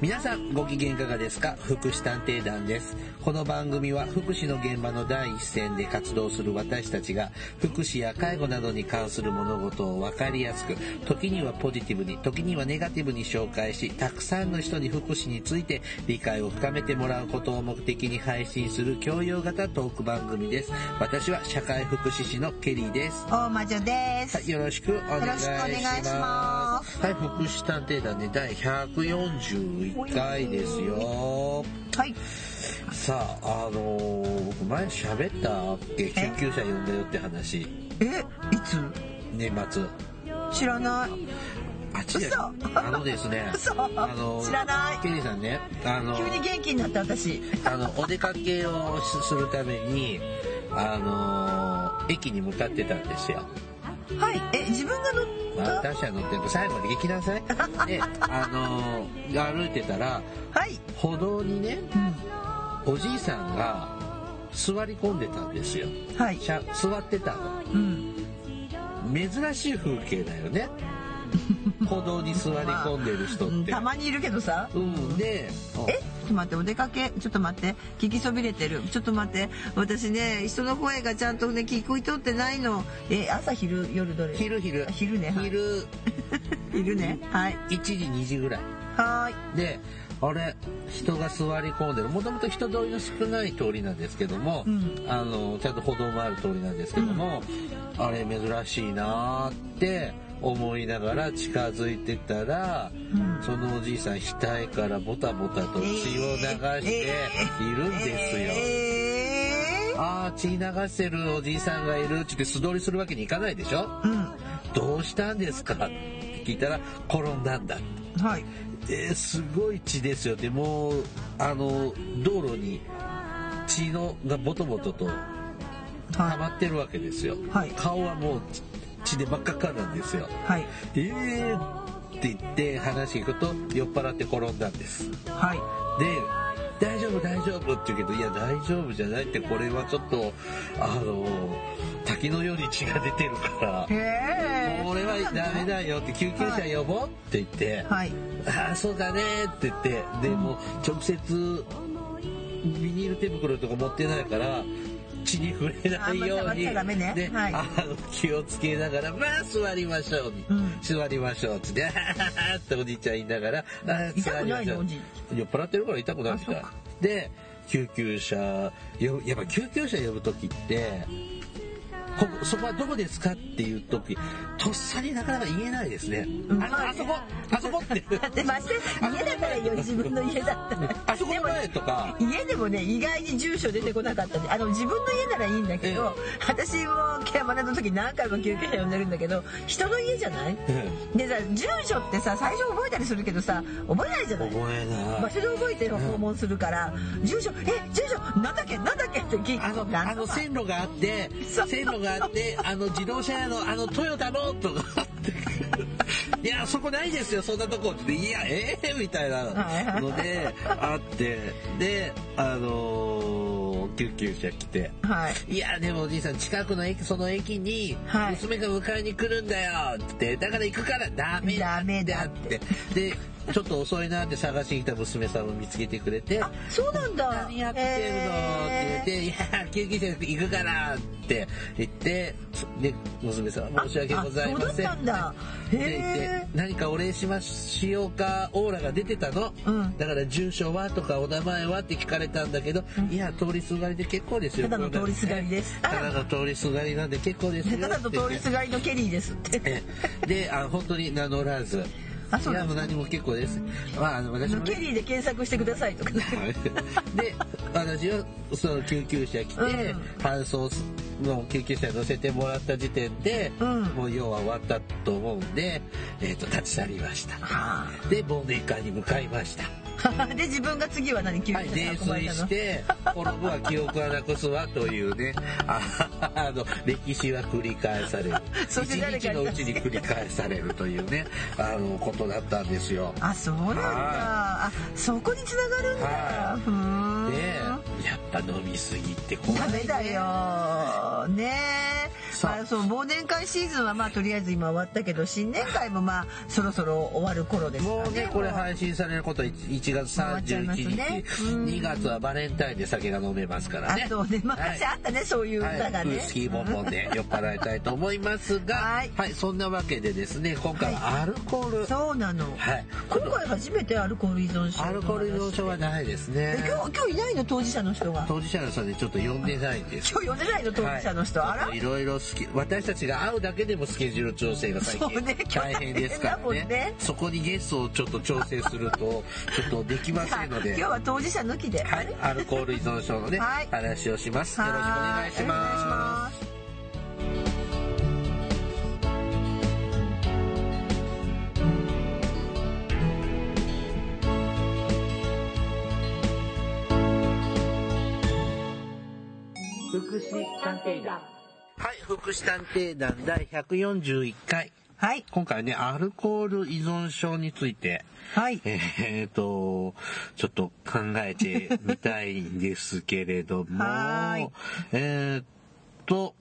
皆さんご機嫌いかがですか福祉探偵団ですこの番組は福祉の現場の第一線で活動する私たちが福祉や介護などに関する物事を分かりやすく時にはポジティブに時にはネガティブに紹介したくさんの人に福祉について理解を深めてもらうことを目的に配信する教養型トーク番組です私は社会福祉士のケリーです大魔女です。はい、よろしくお願いしよろしくお願いしま。ますはい、福祉探偵団ね、第141回ですよ。はい。さあ、あのー僕前喋ったっけえ救急車呼んだよって話、え、いつ年末。知らない。あっちで、嘘あのですね、嘘あのー知らないケリーさんね、あのー急に元気になった私。あの、お出かけをしするために、あのー駅に向かってたんですよ。はい。え、自分が乗った私は乗ってる最後まで行きな さい。で、あのー歩いてたら、はい。歩道にねうん。おじいさんが座り込んでたんですよはい。しゃ座ってたのうん。珍しい風景だよ ね歩道に座り込んでる人うっんて、たまにいるけどさ。うんでえちょっと待ってお出かけちょっと待って聞きそびれてるちょっと待って私ね人の声がちゃんとね聞こえとってないのえ朝昼夜どれ昼昼昼ねはい昼昼ねはい1時2時ぐらいはーいであれ人が座り込んでるもともと人通りの少ない通りなんですけども、うんあのちゃんと歩道もある通りなんですけども、あれ珍しいなーって思いながら近づいてたら、んそのおじいさん額からボタボタと血を流しているんですよ。えーえああ血流してるおじいさんがいるって言って素通りするわけにいかないでしょーどうしたんですかって聞いたら転んだんだってうんはいえーすごい血ですよでもうあの道路に血のがボトボトと溜はまってるわけですよ、はい顔はもう血で真っ赤っかなんですよいはいえーって言って話聞くと酔っ払って転んだんですではい「大丈夫大丈夫」って言うけど「いや大丈夫じゃない」ってこれはちょっとあの滝のように血が出てるからへえこれはダメだよって救急車呼ぼうって言って、はいああそうだねって言ってでも直接ビニール手袋とか持ってないから血に触れないようあんま触っにちゃダメねではいあの気をつけながらまあ座りましょう、うん座りましょうって言ってあははっておじいちゃん言いながらあー痛座くりまないしのょおうじい酔っ払ってるから痛くないみたいあそっかで救急車呼ぶやっぱ救急車呼ぶ時ってここそこはどこですかっていう時とっさになかなか言えないですね、うんあのあそこあそこってでまして家だからいいよ自分の家だったらあそこの前とか家でもね意外に住所出てこなかったんであの自分の家ならいいんだけど、私もケアマネの時何回も救急車呼んでるんだけど人の家じゃないでさ住所ってさ最初覚えたりするけどさ覚えないじゃない覚えな場い所で覚えて訪問するから、住所え住所なんだっけなんだっけって聞いてあのあの線路があってそう線路があってあの自動車屋のあのトヨタのとか っていやそこないですよそんなとこっていやええみたいなのであってであのー救急車来て。はいいやでもおじいさん近くの駅その駅にはい娘が迎えに来るんだよってだから行くからダメだダメだっだってでちょっと遅いなって探しに来た娘さんを見つけてくれてあそうなんだ何やってるのって言って「いや救急車行くから」って言ってで娘さん「申し訳ございません」あっそうだったんだて言ってへえ何かお礼しましようかオーラが出てたの、うんだから住所はとかお名前はって聞かれたんだけど、いや通りすがりで結構ですよただの通りすがりですただの通りすがりなんで結構ですよ ただの通りすがりのケリーで すってええであ本当に名乗らずあそういなやんもう何も結構ですまああの私もねケリーで検索してくだ さいとかで私はその救急車来て、うん搬送の救急車に乗せてもらった時点で、うんもう用は終わったと思うんで、えー、と立ち去りましたはで忘年会に向かいましたあ で自分が次は何救急は車い、に泥運ばれ酔たの、して転ぶは記憶はなくすわというねああ の歴史は繰り返される一 そして誰日かにのうちに繰り返されるというねあのことだったんですよあそうなんだあそこに繋がるんはだいふーんでやっぱ飲みすぎって怖いダメだよねえまあ、そう忘年会シーズンはまあとりあえず今終わったけど新年会もまあそろそろ終わる頃ですからもうねこれ配信されることは 1, 1月31日、回っちゃいますねうん2月はバレンタインで酒が飲めますからあねそうはねい昔あったね、そういうはい、歌がね、ウイスキーボンボンで酔っ払いたいと思いますが、ははいい、そんなわけでですね、今回はアルコール、そうなの、はい今回初めてアルコール依存症の話アルコール依存症はないですねえ。今日今日いないの当事者の人が当事者の人でちょっと呼んでないんです。今日呼んでないの当事者の人、あらいろいろ好き私たちが会うだけでもスケジュール調整が最そう近ね大変ですから大変だねもんねそこにゲストをちょっと調整するとちょっとできませんので今日 は当事者抜きで、はあいれ、アルコール依存症のね、はい話をしますよろしくお願いしますす福祉探偵団はい福祉探偵団第141回はい今回はねアルコール依存症についてはいえー、と、ちょっと考えてみたいんですけれども はーい、えー、と、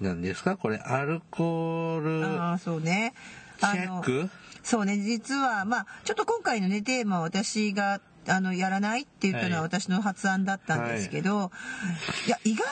何ですかこれ、アルコールああそうねチあェッのクそうね実はまあちょっと今回のねテーマは私があのやらないって言ったのははい私の発案だったんですけど、い、や意外にね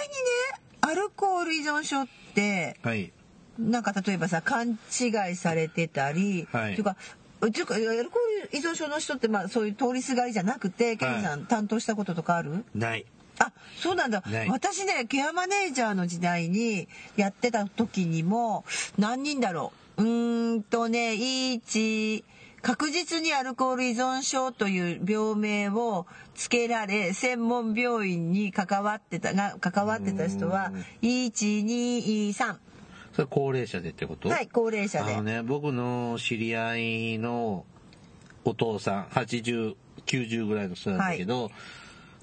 アルコール依存症ってはい。なんか例えばさ勘違いされてたり、はいというかうちゅうかアルコール依存症の人ってまあそういう通りすがりじゃなくてケンさん担当したこととかあるない。あそうなんだない私ねケアマネージャーの時代にやってた時にも何人だろううーんとね1確実にアルコール依存症という病名をつけられ専門病院に関わってたが関わってた人は1223それ高齢者でってことはい高齢者あでのね、僕の知り合いのお父さん、80、90ぐらいの人なんだけど、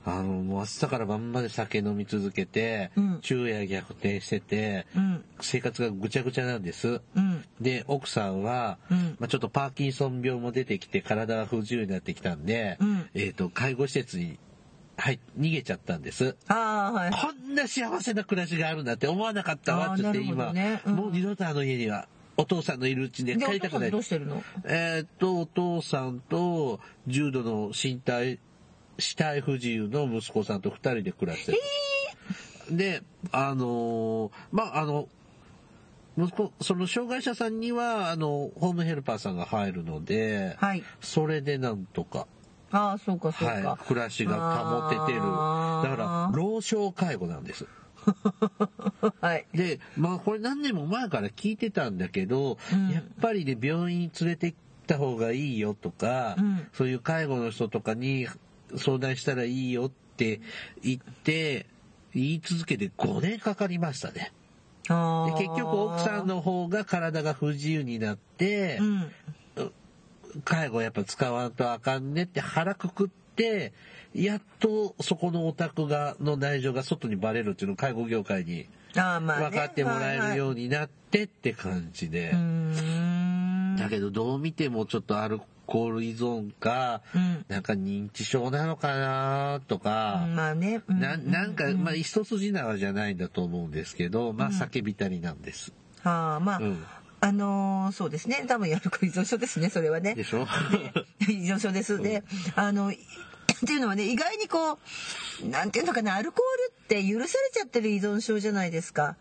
あの、もう朝から晩まで酒飲み続けて、うん昼夜逆転してて、うん生活がぐちゃぐちゃなんです。うんで、奥さんは、うんまあ、ちょっとパーキンソン病も出てきて体が不自由になってきたんで、うんえっ、と、介護施設に、はい、逃げちゃったんです。ああはいこんな幸せな暮らしがあるなんて思わなかったわあーって言ってなるほ今、どねうんもう二度とあの家にはお父さんのいるうちにではお帰りた父くさなんいど。うしてるのえーっと、お父さんと重度の身体、死体不自由の息子さんと二人で暮らしてる。で、あのーまあ、あの、息子、その障害者さんには、あの、ホームヘルパーさんが入るので、はいそれでなんとか、ああそうかそうか、はい、暮らしが保ててる。だあーから、老少介護なんです。はいで、まあこれ何年も前から聞いてたんだけど、うんやっぱりね、病院連れてった方がいいよとか、うんそういう介護の人とかに相談したらいいよって言って、言い続けて5年かかりましたね。あでー結局奥さんの方が体が不自由になってう、ん介護やっぱ使わんとあかんねって腹くくって、やっとそこのお宅が、の内情が外にバレるっていうのを介護業界にあーまあ、ね、分かってもらえるようになってって感じでう。んだけどどう見てもちょっとアルコール依存か、うんなんか認知症なのかなとか、まあね、うななんか、まあ一筋縄じゃないんだと思うんですけど、まあ叫びたりなんです。あーまあ、うんあのーそうですね多分やる子依存症ですねそれはねでしょ。依存症ですで、あのいっていうのはね意外にこうなんていうのかなアルコールって許されちゃってる依存症じゃないですか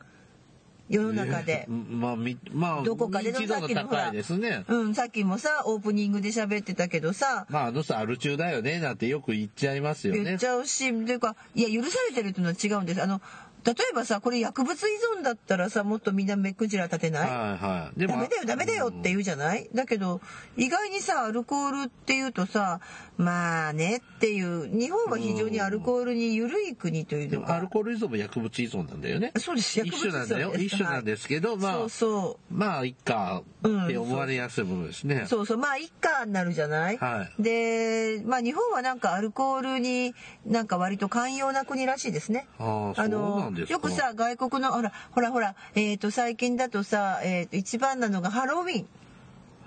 世の中で まあ、みまあ、どこかで認知度が高いですね。うん、さっきもさオープニングで喋ってたけどさまあ、あの人アル中だよね、なんてよく言っちゃいますよね。言っちゃうし、というか、いや、許されてるっていうのは違うんです。あの、例えばさ、これ薬物依存だったらさ、もっとみんな目くじら立てない、はいはい。でダメだよ、ダメだよって言うじゃない、だけど、意外にさ、アルコールっていうとさ、まあねっていう、日本は非常にアルコールに緩い国というでのもアルが。コール依存も薬物依存なんだよね。そうです、。一緒なんだよ。一緒なんですすけど、まあ、そうそう。まあ、いっかって思われやすいものですね。そうそうまあ一家になるじゃない、はで、まあ、日本はなんかアルコールになんか割と寛容な国らしいですね。ああそうなんですかよくさ外国のほらほらほら、えー、と最近だとさ、えーと一番なのがハロウィン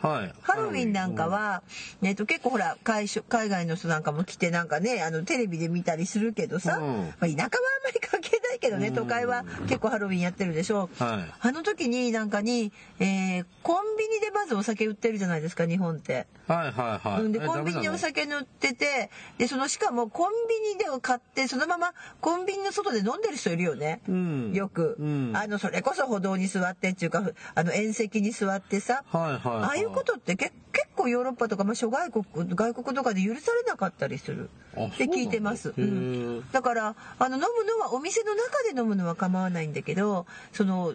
はいハロウィンなんかは、えっと、結構ほら海外海外の人なんかも来てなんかねあのテレビで見たりするけどさ、うんまあ、田舎はあんまり関係ないけどね都会は結構ハロウィンやってるでしょ、はいあの時になんかに、えーコンビニでまずお酒売ってるじゃないですか日本って。はいはいはい。うんでえコンビニでお。酒塗っててでそのしかもコンビニで買ってそのままコンビニの外で飲んでる人いるよね、ダメなのうん。よく、うんあのそれこそ歩道に座ってっていうかあの縁石に座ってさ、はいはいはいああいうことってけ結構ヨーロッパとか、まあ、諸外国外国とかで許されなかったりするあって聞いてます。そううなんだんへえだからあの飲むのはお店の中で飲むのは構わないんだけどその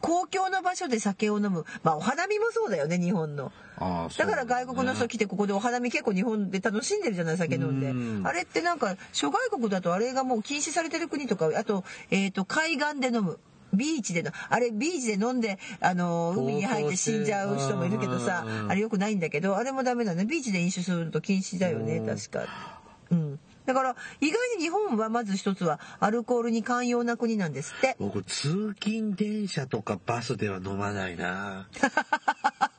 公共の場所で酒を飲む、まあ、お花見もそうだよね日本の。ああそだうから外国の人来てここでお花見結構日本で楽しんでるじゃない酒飲んでうんあれってなんか諸外国だとあれがもう禁止されてる国とかあと,、えー、と海岸で飲む。ビーチでのあれビーチで飲んであの海に入って死んじゃう人もいるけどさうんあれよくないんだけどあれもダメなんだビーチで飲酒すると禁止だよね確か、うん、だから意外に日本はまず一つはアルコールに寛容な国なんですって僕、通勤電車とかバスでは飲まない な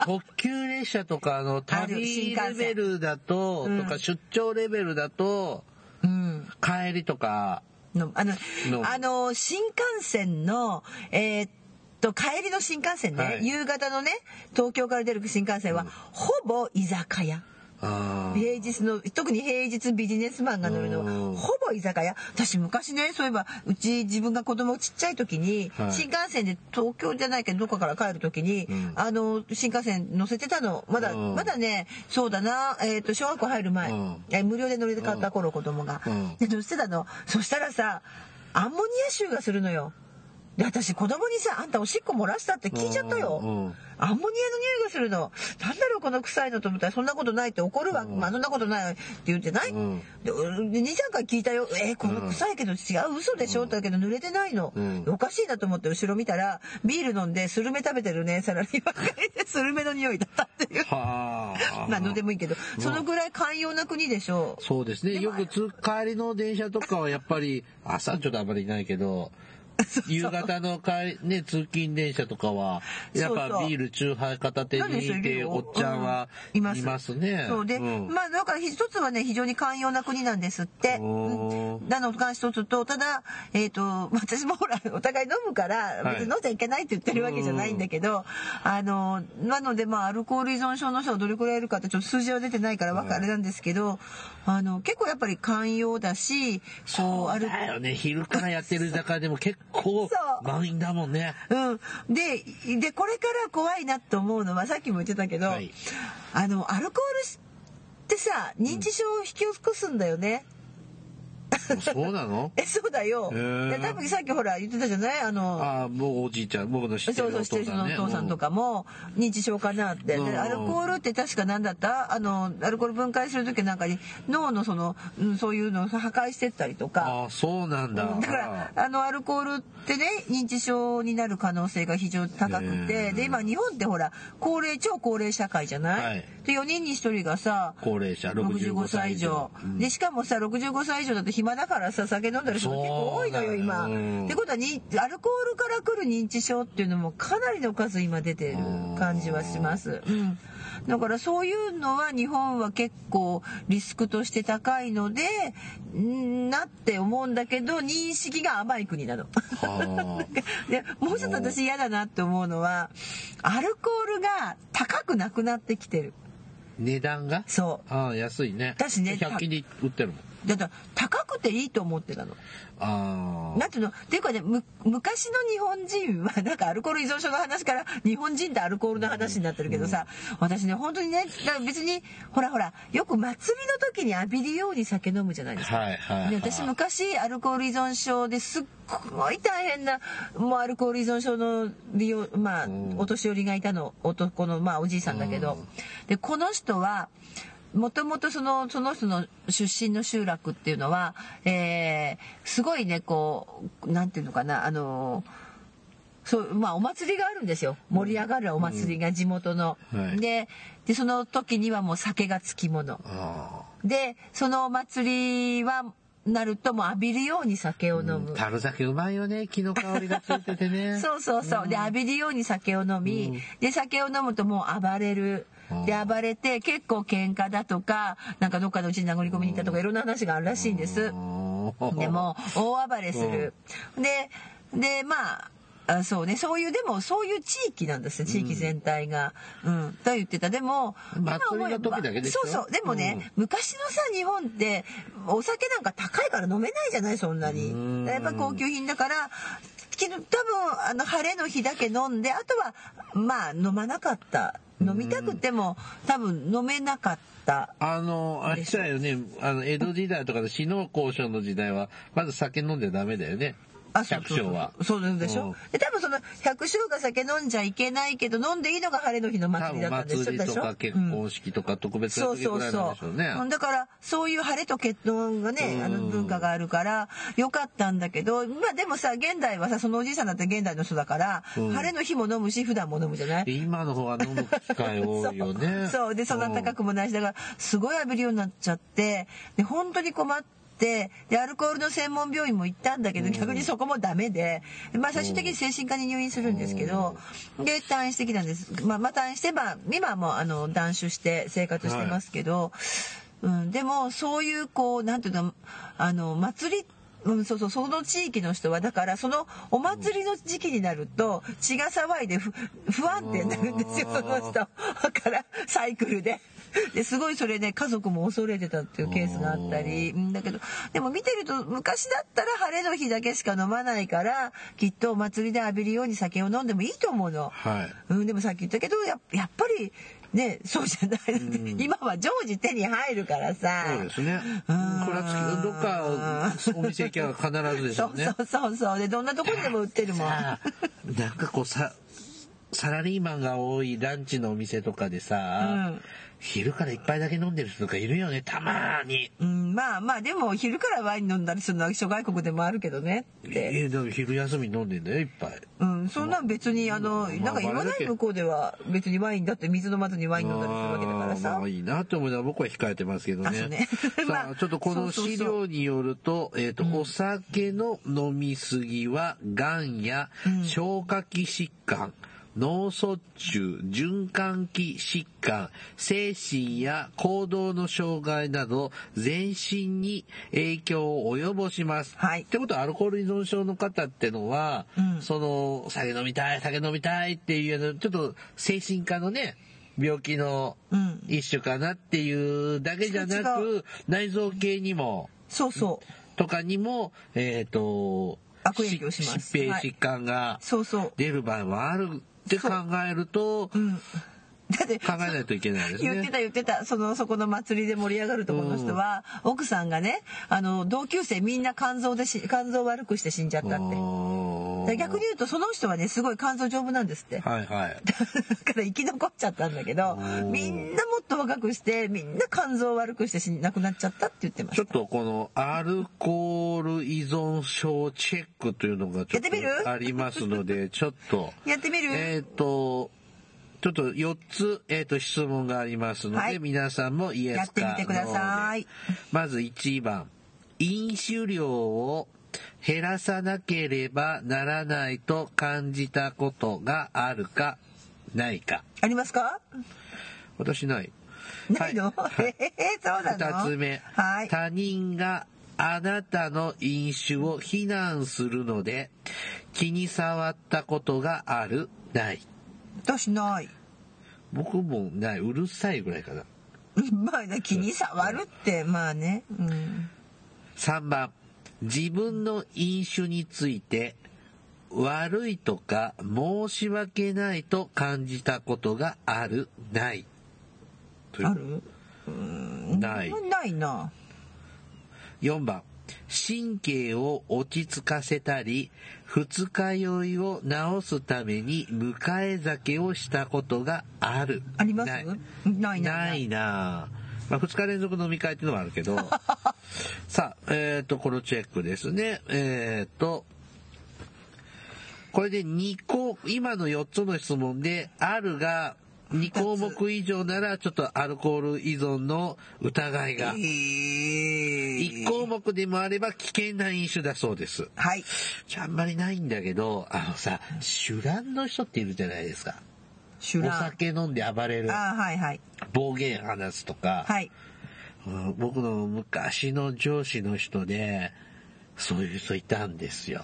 特急列車とか、あの、ある旅新幹線レベルだと、うんとか出張レベルだと、うん帰りとか、のあののあの新幹線のえーっと帰りの新幹線ね、はい夕方のね東京から出る新幹線は、ほぼ居酒屋あー平日の特に平日ビジネスマンが乗るのうはんほぼ居酒屋私昔ねそういえばうち自分が子供ちっちゃい時に、はい新幹線で東京じゃないけどどっかから帰る時に、うんあの新幹線乗せてたのまだ、うんまだねそうだな、えーっと小学校入る前、うんえ無料で乗り買った頃子供が、うんで乗せてたのそしたらさアンモニア臭がするのよで私子供にさ「あんたおしっこ漏らした」って聞いちゃったよ、うんうんアンモニアの匂いがするのなんだろうこの臭いのと思ったら「そんなことない」って怒るわ「うんまあそんなことない」って言ってない、うんで23回聞いたよ「えーこの臭いけど違う嘘でしょ」だけど濡れてないの、うんおかしいなと思って後ろ見たらビール飲んでスルメ食べてるねサラリーマンがいてスルメの匂いだったっていうはあ。まあのでもいいけどそのぐらい寛容な国でしょうそうですね。よく通帰りの電車とかはやっぱり、朝ちょっとあんまりいないけ ど、夕方の帰りね、通勤電車とかは、やっそうそぱうビール中杯片手にいて、おっちゃんはうんいいますますね。そうで、んまあだから一つはね非常に寛容な国なんですって。おーうんなのが一つとただ、えー、と私もほらお互い飲むからはい別に飲んじゃいけないって言ってるわけじゃないんだけど、あのなのでまあアルコール依存症の人がどれくらいいるかってちょっと数字は出てないからわかはいあれなんですけどあの結構やっぱり寛容だしこうアルだよね、昼からやってる居酒屋でも結構そう満員だもんね。うん、ででこれから怖いなと思うのはさっきも言ってたけど、はいあのアルコールってさ認知症を引き起こすんだよね。そうな のえそうだよ。へーで多分さっきほら言ってたじゃないあのああ、もうおじいちゃん、僕の知ってそるうそうお知って父る人さのんおね。父さんとかも認知症かなって、でうんアルコールって確か何だったあのアルコール分解する時なんかに脳のその、うん、そういうのを破壊してったりとかああ、そうなんだ。だからあのアルコールってね認知症になる可能性が非常に高くへてーで今日本ってほら高齢超高齢社会じゃない、はいで4人に1人がさ高齢者65歳以上。うんでしかもさ65歳以上だと暇だからさ酒飲んだりする人結構多いのよそう今。だようんってことはにアルコールから来る認知症っていうのもかなりの数今出てる感じはします。うんだからそういうのは日本は結構リスクとして高いのでんーなって思うんだけど認識が甘い国なの。 はあでもうちょっと私嫌だなって思うのはアルコールが高くなくなってきてる。値段がそうああ、安いね。だしね100均で売ってるもん。だから高くていいと思ってたの。あなんていうのっていうかねむ昔の日本人はなんかアルコール依存症の話から日本人とアルコールの話になってるけどさ、私ね本当にねだから別にほらほらよく祭りの時に浴びるように酒飲むじゃないあ。ですか。はいはい、はい。で私昔アルコール依存症ですっごい大変なもうアルコール依存症の利用、まあ、んお年寄りがいたの男の、まあ、おじいさんだけど、でこの人はもともとそのその人の出身の集落っていうのは、えーすごいねこうなんていうのかなあのそうまあお祭りがあるんですよ盛り上がるお祭りが地元の。はいででその時にはもう酒がつきもの。あでそのお祭りはなるともう浴びるように酒を飲あ。む、樽酒うまいよね。木の香りがつい ててね。そうそうそうで浴びるように酒を飲み、で酒を飲むともう暴れるで暴れて結構喧嘩だとかなんかどっかのうちに殴り込みに行ったとかいろんな話があるらしいんです。でも大暴れする。ででまああそうねそういうでもそういう地域なんです地域全体が、うんとは言ってたでも祭りの今思えば時だけでしょそうそうでもね、昔のさ日本ってお酒なんか高いから飲めないじゃないそんなにうんやっぱ高級品だからき多分あの晴れの日だけ飲んであとはまあ飲まなかった飲みたくても多分飲めなかったあの、あれだよね、あの、江戸時代とかの死の交渉の時代は、まず酒飲んじゃダメだよね。あそう百姓は。そうそうそうでしうんょで多分その百姓が酒飲んじゃいけないけど飲んでいいのが晴れの日の多祭りだ分ったんでしょ祭りとだかしょ結婚式とか特別なそう時そぐうらいなんでしそょううね。うんだからそういう晴れと結論がねあのうん文化があるからよかったんだけどまあでもさ現代はさそのおじいさんだって現代の人だからうん晴れの日も飲むし普段も飲むじゃない。今の方は飲む機会多いよね そうでそんな高くもないしだからすごい浴びるようになっちゃってで本当に困って。でアルコールの専門病院も行ったんだけど逆にそこもダメで、まあ、最終的に精神科に入院するんですけどで退院してきたんです、まあ、まあ退院して、まあ、今はもうあの断酒して生活してますけど、うん、でもそういうこうなんていうのあの祭りうん、そうそうその地域の人はだからそのお祭りの時期になると血が騒いで不不安定になるんですよあそーの人だからサイクルで。ですごいそれね家族も恐れてたっていうケースがあったりうんだけどでも見てると昔だったら晴れの日だけしか飲まないからきっとお祭りで浴びるように酒を飲んでもいいと思うの。はい。うん、でもさっき言ったけどややっぱりねそうじゃない、今は常時手に入るからさそうですね。これうんはつどっかお店行けば必ずでし そょううね。そうそうそうでどんなとこにでも売ってるもんさあ なんかこうさ、サラリーマンが多いランチのお店とかでさ、うん昼から一杯だけ飲んでる人とかいるよね、たまーに。うん、まあまあでも昼からワイン飲んだりするのは諸外国でもあるけどねって、え、でも昼休み飲んでんだよ、一杯。うん、そんなん別にあのまあなんか言わない向こうでは別にワインだって水飲まずにワイン飲んだりするわけだからあーさまあいいなと思いながら僕は控えてますけどあそね うねさまああちょっとこのそうそうそう資料によると,、えっとお酒の飲み過ぎはがんや消化器疾患、脳卒中、循環器疾患、精神や行動の障害など全身に影響を及ぼします。はいってことはアルコール依存症の方ってのは、うんその酒飲みたい酒飲みたいっていうようなちょっと精神科のね病気のうん一種かなっていうだけじゃな違く内臓系にもそうそうとかにもえっ、と悪影響します疾疾はい病疾患がそうそう、出る場合もあるって考えるとう考ん、 だってえないといけないです言ってね。た言ってたそのそこの祭りで盛り上がるところの人は、奥さんがねあの同級生みんな肝臓でし肝臓悪くして死んじゃったっておでー逆に言うとその人はねすごい肝臓丈夫なんです ってはいはい。だから生き残っちゃったんだけどーみんなもっと若くしてみんな肝臓悪くして死に亡くなっちゃったって言ってまちょしったとこのアルコール依存症チェックというのがちょっやってみるとありますので、ちょっと。やってみる、えっ、と、ちょっと4つ、えっ、と、質問がありますので、はい皆さんもイエやスってかみてくださいノーでまず1番、飲酒量を減らさなければならないと感じたことがあるか、ないか。ありますか私ない。ないの、はい えー、そうなの2つ目、はい他人があなたの飲酒を非難するので気に障ったことがあるない私ない僕もないうるさいぐらいかなまあね気に触るってまあね、うん、 3番自分の飲酒について悪いとか申し訳ないと感じたことがあるないというあるないないな4番神経を落ち着かせたり二日酔いを治すために迎え酒をしたことがあるありますないないないなないいなぁまあ、2日連続飲み会っていうのはあるけ どさあえっ、とこのチェックですねえっ、とこれで2項今の4つの質問であるが2項目以上ならちょっとアルコール依存の疑いが1項目でもあれば危険な飲酒だそうです。はいじゃああんまりないんだけど、あのさ、酒乱の人っているじゃないですか。酒お乱酒飲んで暴れるああはいはい暴言話すとか、はいうん僕の昔の上司の人でそういう人いたんですよ。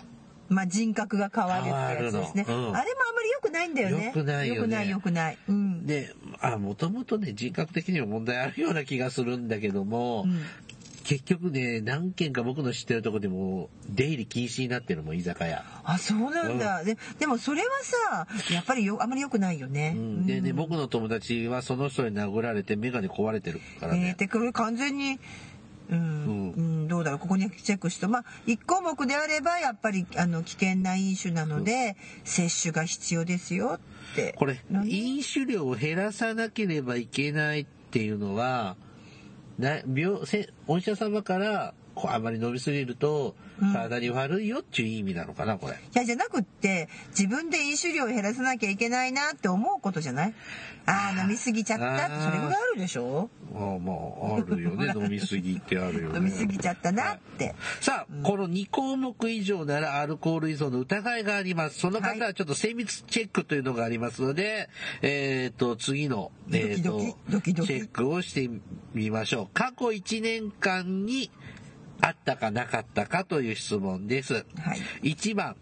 まあ人格が変わるってやつですね、変わるのうんあれもあんまり良くないんだよね良くないよね良くない良くないうんであもともとね人格的にも問題あるような気がするんだけども、うん結局ね何軒か僕の知ってるとこでも出入り禁止になってるもん居酒屋。あそうなんだ、ででもそれはさやっぱりよあんまり良くないよね、うんでね、僕の友達はその人に殴られて眼鏡壊れてるからえーね。でこれ完全にうん、うんうんどうだろうここにチェックしてまあ1項目であればやっぱりあの危険な飲酒なので摂取が必要ですよってこれなん飲酒量を減らさなければいけないっていうのはな病せお医者様からこうあまり飲みすぎるとうん体に悪いよっていう意味なのかなこれ。いやじゃなくって自分で飲酒量を減らさなきゃいけないなって思うことじゃないああ飲みすぎちゃったってそれぐらいあるでしょああまああるよ ね飲みすぎってあるよね。飲みすぎちゃったなってさあ、この2項目以上ならアルコール依存の疑いがあります。その方ははちょっと精密チェックというのがありますので、えっ、と、次の、えーとドキドキドキドキチェックをしてみましょう。過去1年間にあったかなかったかという質問です。はい1番、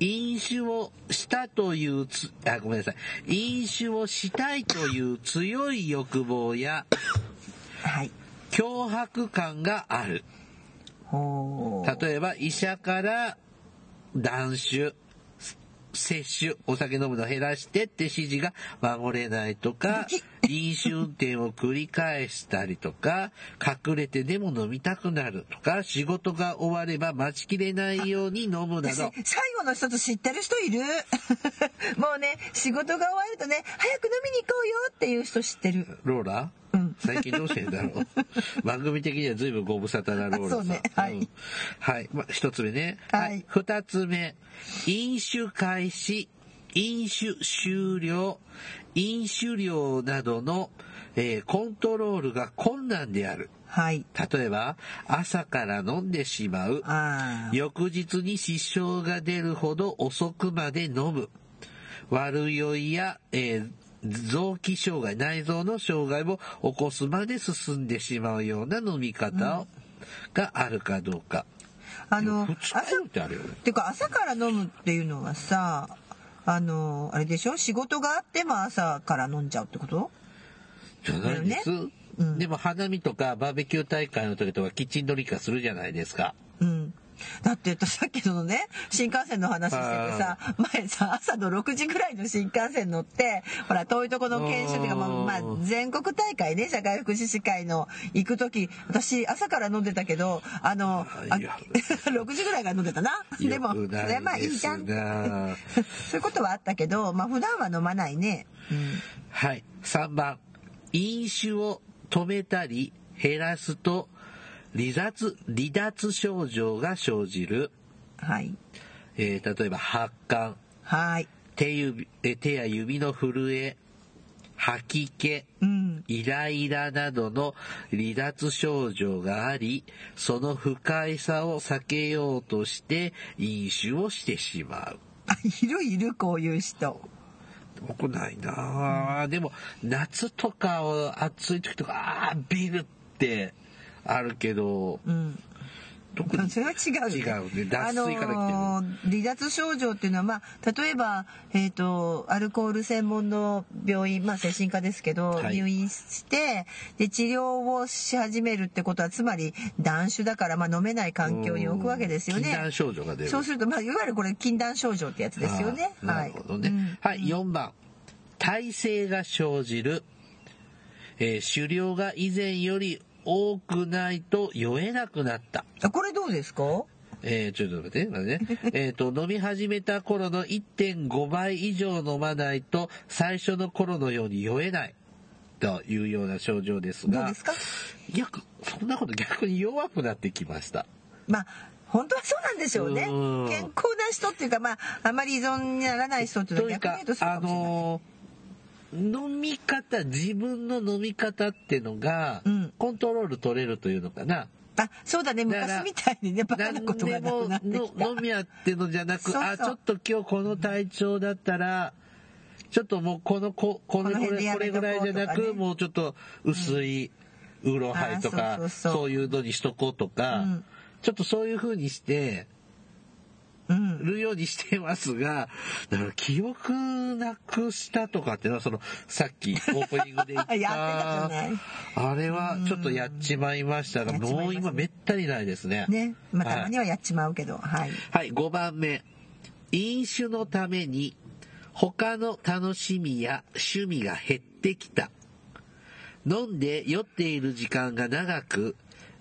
飲酒をしたというつ、あ、ごめんなさい。飲酒をしたいという強い欲望やはい脅迫感がある。ほう例えば医者から断酒摂取お酒飲むの減らしてって指示が守れないとか飲酒運転を繰り返したりとか隠れてでも飲みたくなるとか仕事が終われば待ちきれないように飲むな私 最ど後の一つ知ってる人いる もうね仕事が終わるとね早く飲みに行こうよっていう人知ってるローラ、最近どうしてんだ ろう番組的には随分ご無沙汰なローラさんあそうねはいんはいまあ一つ目ねはい二つ目飲酒開始飲酒終了飲酒量などの、えーコントロールが困難であるはい例えば朝から飲んでしまうあー翌日に支障が出るほど遅くまで飲む悪酔いや、えー臓器障害内臓の障害を起こすまで進んでしまうような飲み方を、があるかどうかあの二朝日酔いってあるよねてか朝から飲むっていうのはさあのあれでしょ仕事があっても朝から飲んじゃうってことじゃないです、だうんでも花見とかバーベキュー大会の時とかキッチンドリンカーするじゃないですかうんだってさっきのね新幹線の話しててさ前さ朝の6時ぐらいの新幹線乗ってほら遠いとこの研修っていうか、まあうんまあ、全国大会ね社会福祉士会の行く時私朝から飲んでたけどあのあ いや6時ぐらいから飲んでたなでもよくないそれはまあいいじゃんですなそういうことはあったけど、まあ、普段は飲まないね、うんはい。3番。飲酒を止めたり減らすと、離脱、離脱症状が生じる。はいえー例えば発汗、はい手指、え手や指の震え、吐き気、うんイライラなどの離脱症状があり、その不快さを避けようとして飲酒をしてしまう。あいるいるこういう人僕ないなあ、でも夏とかは暑い時とかあービールってあるけどうん特にそれは違う違うね脱水から来てるあのー離脱症状っていうのは、まあ、例えば、えー、とアルコール専門の病院、まあ、精神科ですけど、はい入院してで治療をし始めるってことはつまり断酒だから、まあ、飲めない環境に置くわけですよ禁断ね。症状が出るそうすると、まあ、いわゆるこれ禁断症状ってやつですよね。あーなるほどねはい、4番耐性が生じる、えー酒量が以前より多くないと酔えなくなったうんこれどうですか？えー、ちょっと待って、待って ね。えっと、飲み始めた頃の1.5倍以上飲まないと、最初の頃のように酔えない。というような症状ですどうが、ですか？逆、そんなこと逆に弱くなってきました。まあ本当はそうなんでしょうね。うん健康な人っていうかまああまり依存にならない人っていとうのはいう逆にか言うと、そうあかもしれない。のー飲み方、自分の飲み方ってのがうん、コントロール取れるというのかな。あそうだねだから昔みたいにね バカなことがなくなって何きでものた飲み屋ってのじゃなくそうそうあちょっと今日この体調だったらちょっともうこのこここののこ辺でれやこめれとこぐうとからねいじゃなくもうちょっと薄いウーロンハイとか、あーそそうそううそういうのにしとこうとか、うんちょっとそういう風にしてうん。るようにしてますがだから記憶なくしたとかっていうのはそのさっきオープニングで言った やってたじゃないあれはちょっとやっちまいましたが、うんやっちまもいまうすね今めったにないですね。ね。まあ、はいたまにはやっちまうけど、はい。はい、5番目。飲酒のために他の楽しみや趣味が減ってきた。飲んで酔っている時間が長く、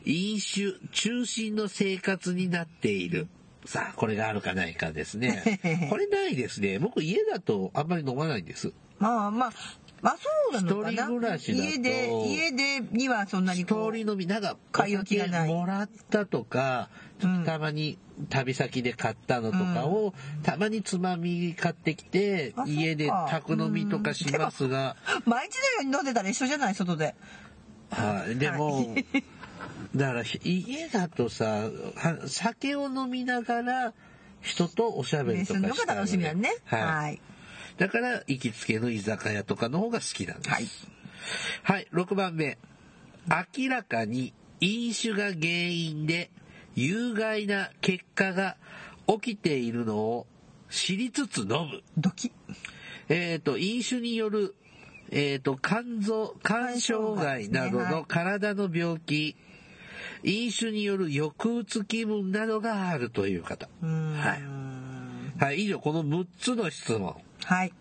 飲酒中心の生活になっている。さあ、これがあるかないかですね。これないですね。僕家だとあんまり飲まないんです。まあまあ、まあそうなのか一な。人暮らしだと家で、家でにはそんなに通こう。り飲み、なんか、買い置きがないもらったとか、ちょっうとんたまに旅先で買ったのとかを、たまにつまみ買ってきてあ、家でそっか宅飲みとかしますが、毎日のように飲んでたら一緒じゃない外で。はい、でもはい、だからひ家だとさ、は酒を飲みながら、人とおしゃべりねとすかるしたいののが楽しみだね。は。はいい。だから、行きつけの居酒屋とかの方が好きなんです。はい。はい、6番目。明らかに飲酒が原因で有害な結果が起きているのを知りつつ飲む。ドキッ。えっ、と、飲酒による、えっ、と、肝臓、肝障害などの体の病気、飲酒による抑うつ気分などがあるという方。うーんはい。はい、以上、この6つの質問。はい。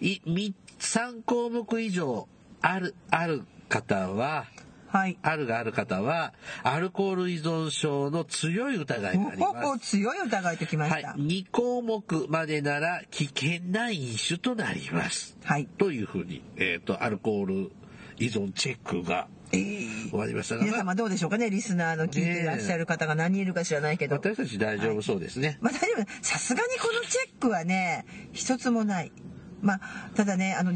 い、み3項目以上ある、ある方は、はい。あるがある方は、アルコール依存症の強い疑いがありおおまおす。強い疑いときまはしいた。。 2項目までなら危険な飲酒となります。はい。というふうに、えっ、と、アルコール依存チェックがえー終わりましたが、皆様どうでしょうかねリスナーの聞いていらっしゃる方が何人いるか知らないけど。私たち大丈夫そうですね。まあ大丈夫さすがにこのチェックはね一つもない。まあ、ただねあの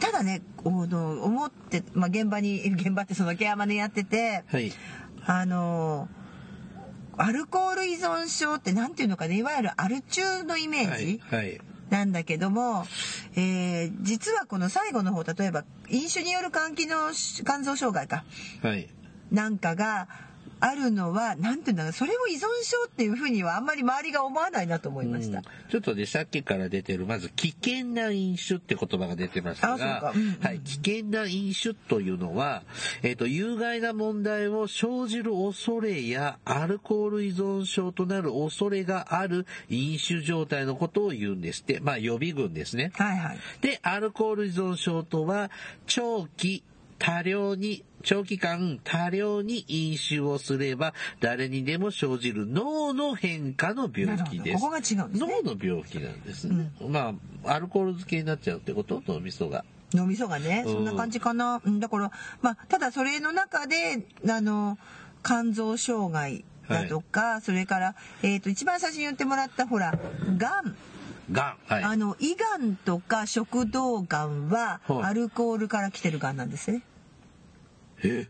ただねあの思って、まあ、現場に現場ってそのケアマネやっててはい。あのアルコール依存症ってなんていうのかねいわゆるアル中のイメーはジ、い。はい。なんだけども、えー実はこの最後の方例えば飲酒による肝機能肝臓障害かはい。なんかがあるのはなんていうんだろうそれを依存症っていうふうにはあんまり周りが思わないなと思いました。うんちょっとね、さっきから出てる、まず、危険な飲酒って言葉が出てますが、あそうかうんうんはい、危険な飲酒というのは、えっ、と、有害な問題を生じる恐れや、アルコール依存症となる恐れがある飲酒状態のことを言うんですって、まあ、予備軍ですね。はいはい。で、アルコール依存症とは、長期、多量に、長期間多量に飲酒をすれば、誰にでも生じる脳の変化の病気です。なるほどここが違うんですね脳の病気なんですね。まあ、アルコール漬けになっちゃうってこと脳みそが。脳みそがねうんそんな感じかな。うん、だからまあただそれの中であの肝臓障害だとか、それから、えー、と一番最初に言ってもらったほらがんがん。はあい。の胃がんとか食道がんははいアルコールから来てるがんなんですね。え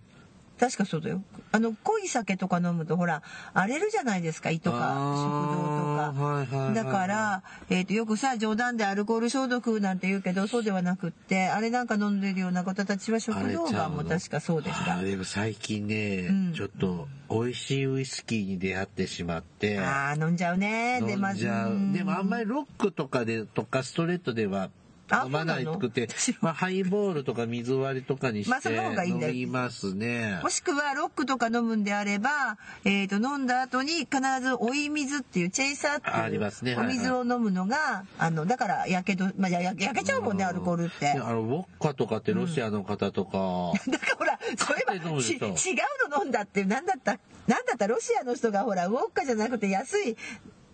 確かそうだよ。あの濃い酒とか飲むとほら荒れるじゃないですか胃とかあー食道とか。はいはいはいはいだから、えー、とよくさ冗談でアルコール消毒なんて言うけどそうではなくってあれなんか飲んでるような方たちは食道がんも確かそうでしたあ。でも最近ね、うんちょっと美味しいウイスキーに出会ってしまって。ああー飲んじゃうね出飲んますじゃううんでもあんまりロックとかでとかストレートではあ飲まないくてそうなのまあ、ハイボールとか水割りとかにまあしその方がていい飲んだよみますね。もしくはロックとか飲むんであれば、えー、と飲んだ後に必ず追い水っていうチェイサーっていうあありますねお水を飲むのが、あのだからやけど、まあ、やややけちゃうもんねアルコールって。ねあのウォッカとかってロシアの方とか、 だからほらそういえ飲ばむち違人うの飲んだってなんだったなんだったロシアの人がほらウォッカじゃなくて安い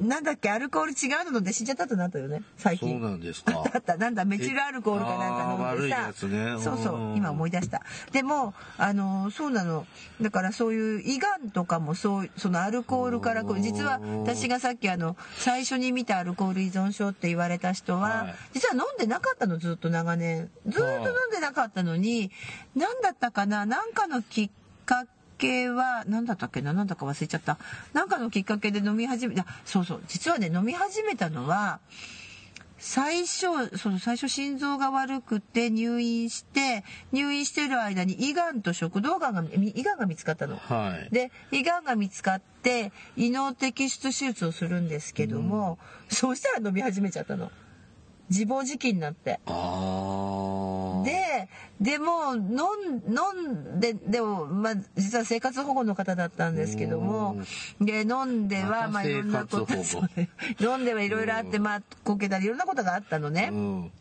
なんだっけアルコール違うの飲んで死んじゃったとなったよね最そう近。なんですか。だった なんだメチルアルコールかなんか飲んであー悪いやさつねそうそううん今思い出したでもあのそうなのだからそういう胃がんとかもそうそのアルコールからこうんう実は私がさっきあの最初に見たアルコール依存症って言われた人は、はい実は飲んでなかったのずっと長年ずっと飲んでなかったのに何だったかな何かのきっかけは何だったっけな何だか忘れちゃった何かのきっかけで飲み始めたそうそう実はね飲み始めたのは最初その最初心臓が悪くて入院して入院してる間に胃がんと食道がんがみ胃がんが見つかったの。はい。で胃がんが見つかって胃の摘出手術をするんですけども、そうしたら飲み始めちゃったの自暴自棄になって。あー。ででも飲ん飲んででも、まあ、実は生活保護の方だったんですけどもで飲んでは、ままあ、たいろんなこと生活保護そうね 飲んではいろいろあって、まあ、こけたりいろんなことがあったのね。うん。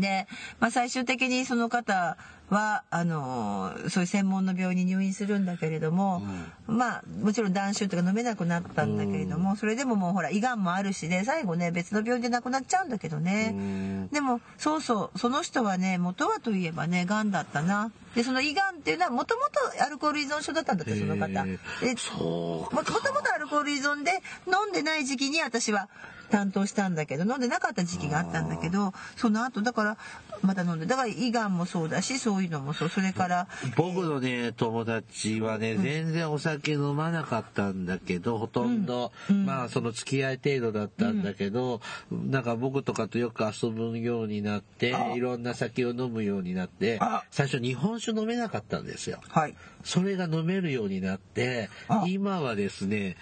で、まあ、最終的にその方はあのーそういう専門の病院に入院するんだけれども、まあもちろん断酒とか飲めなくなったんだけれども、それでももうほら胃がんもあるしで最後ね別の病院で亡くなっちゃうんだけどね、でもそうそうその人はね元はといえばねがんだったなでその胃がんっていうのはもともとアルコール依存症だったんだってその方。へでそうもともとアルコール依存で飲んでない時期に私は担当したんだけど飲んでなかった時期があったんだけどその後だからまた飲んでだから胃がんもそうだしそういうのもそうそれから僕のね、友達はね、全然お酒飲まなかったんだけど、ほとんど、まあその付き合い程度だったんだけど、なんか僕とかとよく遊ぶようになって、いろんな酒を飲むようになってあ、最初日本酒飲めなかったんですよ。はいそれが飲めるようになってあ、今はですね、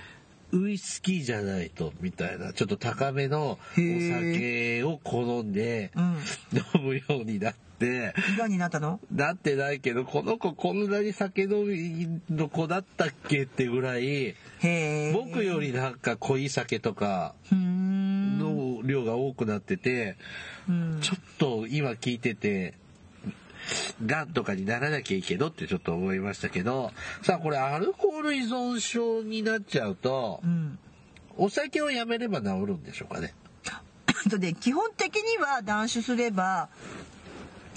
ウイスキーじゃないと、みたいな、ちょっと高めのお酒を好んでうん飲むようになって、胃がんになったのなってないけど、この子こんなに酒飲みの子だったっけってぐらい、へえ僕よりなんか濃い酒とかうーんの量が多くなってて、うんちょっと今聞いてて、がんとかにならなきゃいいけどってちょっと思いましたけど、さあこれアルコール依存症になっちゃうとう、んお酒をやめれば治るんでしょうかね。あとで基本的には断酒すれば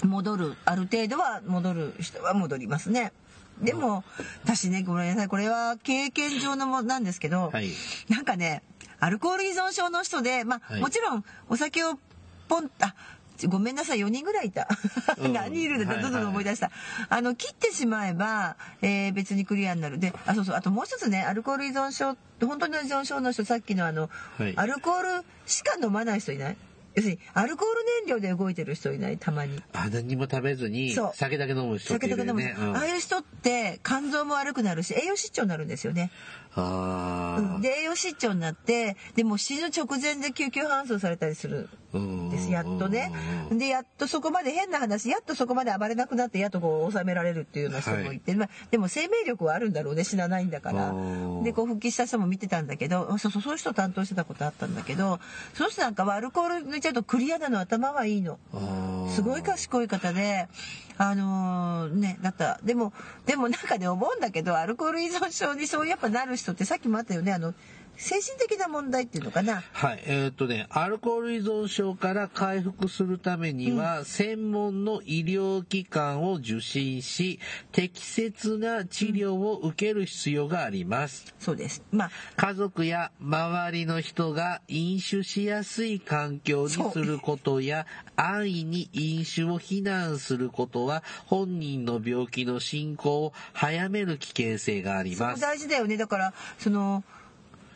戻るある程度は戻る人は戻りますねでも私ねごめんなさいこれは経験上のもなんですけど、はいなんかねアルコール依存症の人でまあ、はいもちろんお酒をポンあちごめんなさい4人ぐらいいたうん 何人いるんだはいどんどん思い出した、あの切ってしまえば、えー別にクリアになるであそうそうあともう一つねアルコール依存症本当の依存症の人さっきのあの、はいアルコールしか飲まない人いない要するにアルコール燃料で動いてる人いないたまにあ、何も食べずにそう酒だけ飲む人って酒いとかる飲よむ、ね。うんああいう人って肝臓も悪くなるし栄養失調になるんですよねあーで栄養失調になってでもう死ぬ直前で救急搬送されたりするんですやっとねでやっとそこまで変な話やっとそこまで暴れなくなってやっとこう収められるっていうような人もいて、まあ、でも生命力はあるんだろうね死なないんだからうんでこう復帰した人も見てたんだけどそうそうそういう人を担当してたことあったんだけどその人なんかはアルコール抜いちゃうとクリアなの頭はいいの。すごいし賢い方で、あのーね、だった。でも、でもなんかね、思うんだけど、アルコール依存症にそうやっぱなる人ってさっきもあったよね、あの、精神的な問題っていうのかな。はい。えーっとね、アルコール依存症から回復するためには、専門の医療機関を受診し、適切な治療を受ける必要があります。そうです。まあ、家族や周りの人が飲酒しやすい環境にそうすることや、安易に飲酒を非難することは、本人の病気の進行を早める危険性がありそこます。大事だよね。だから、その、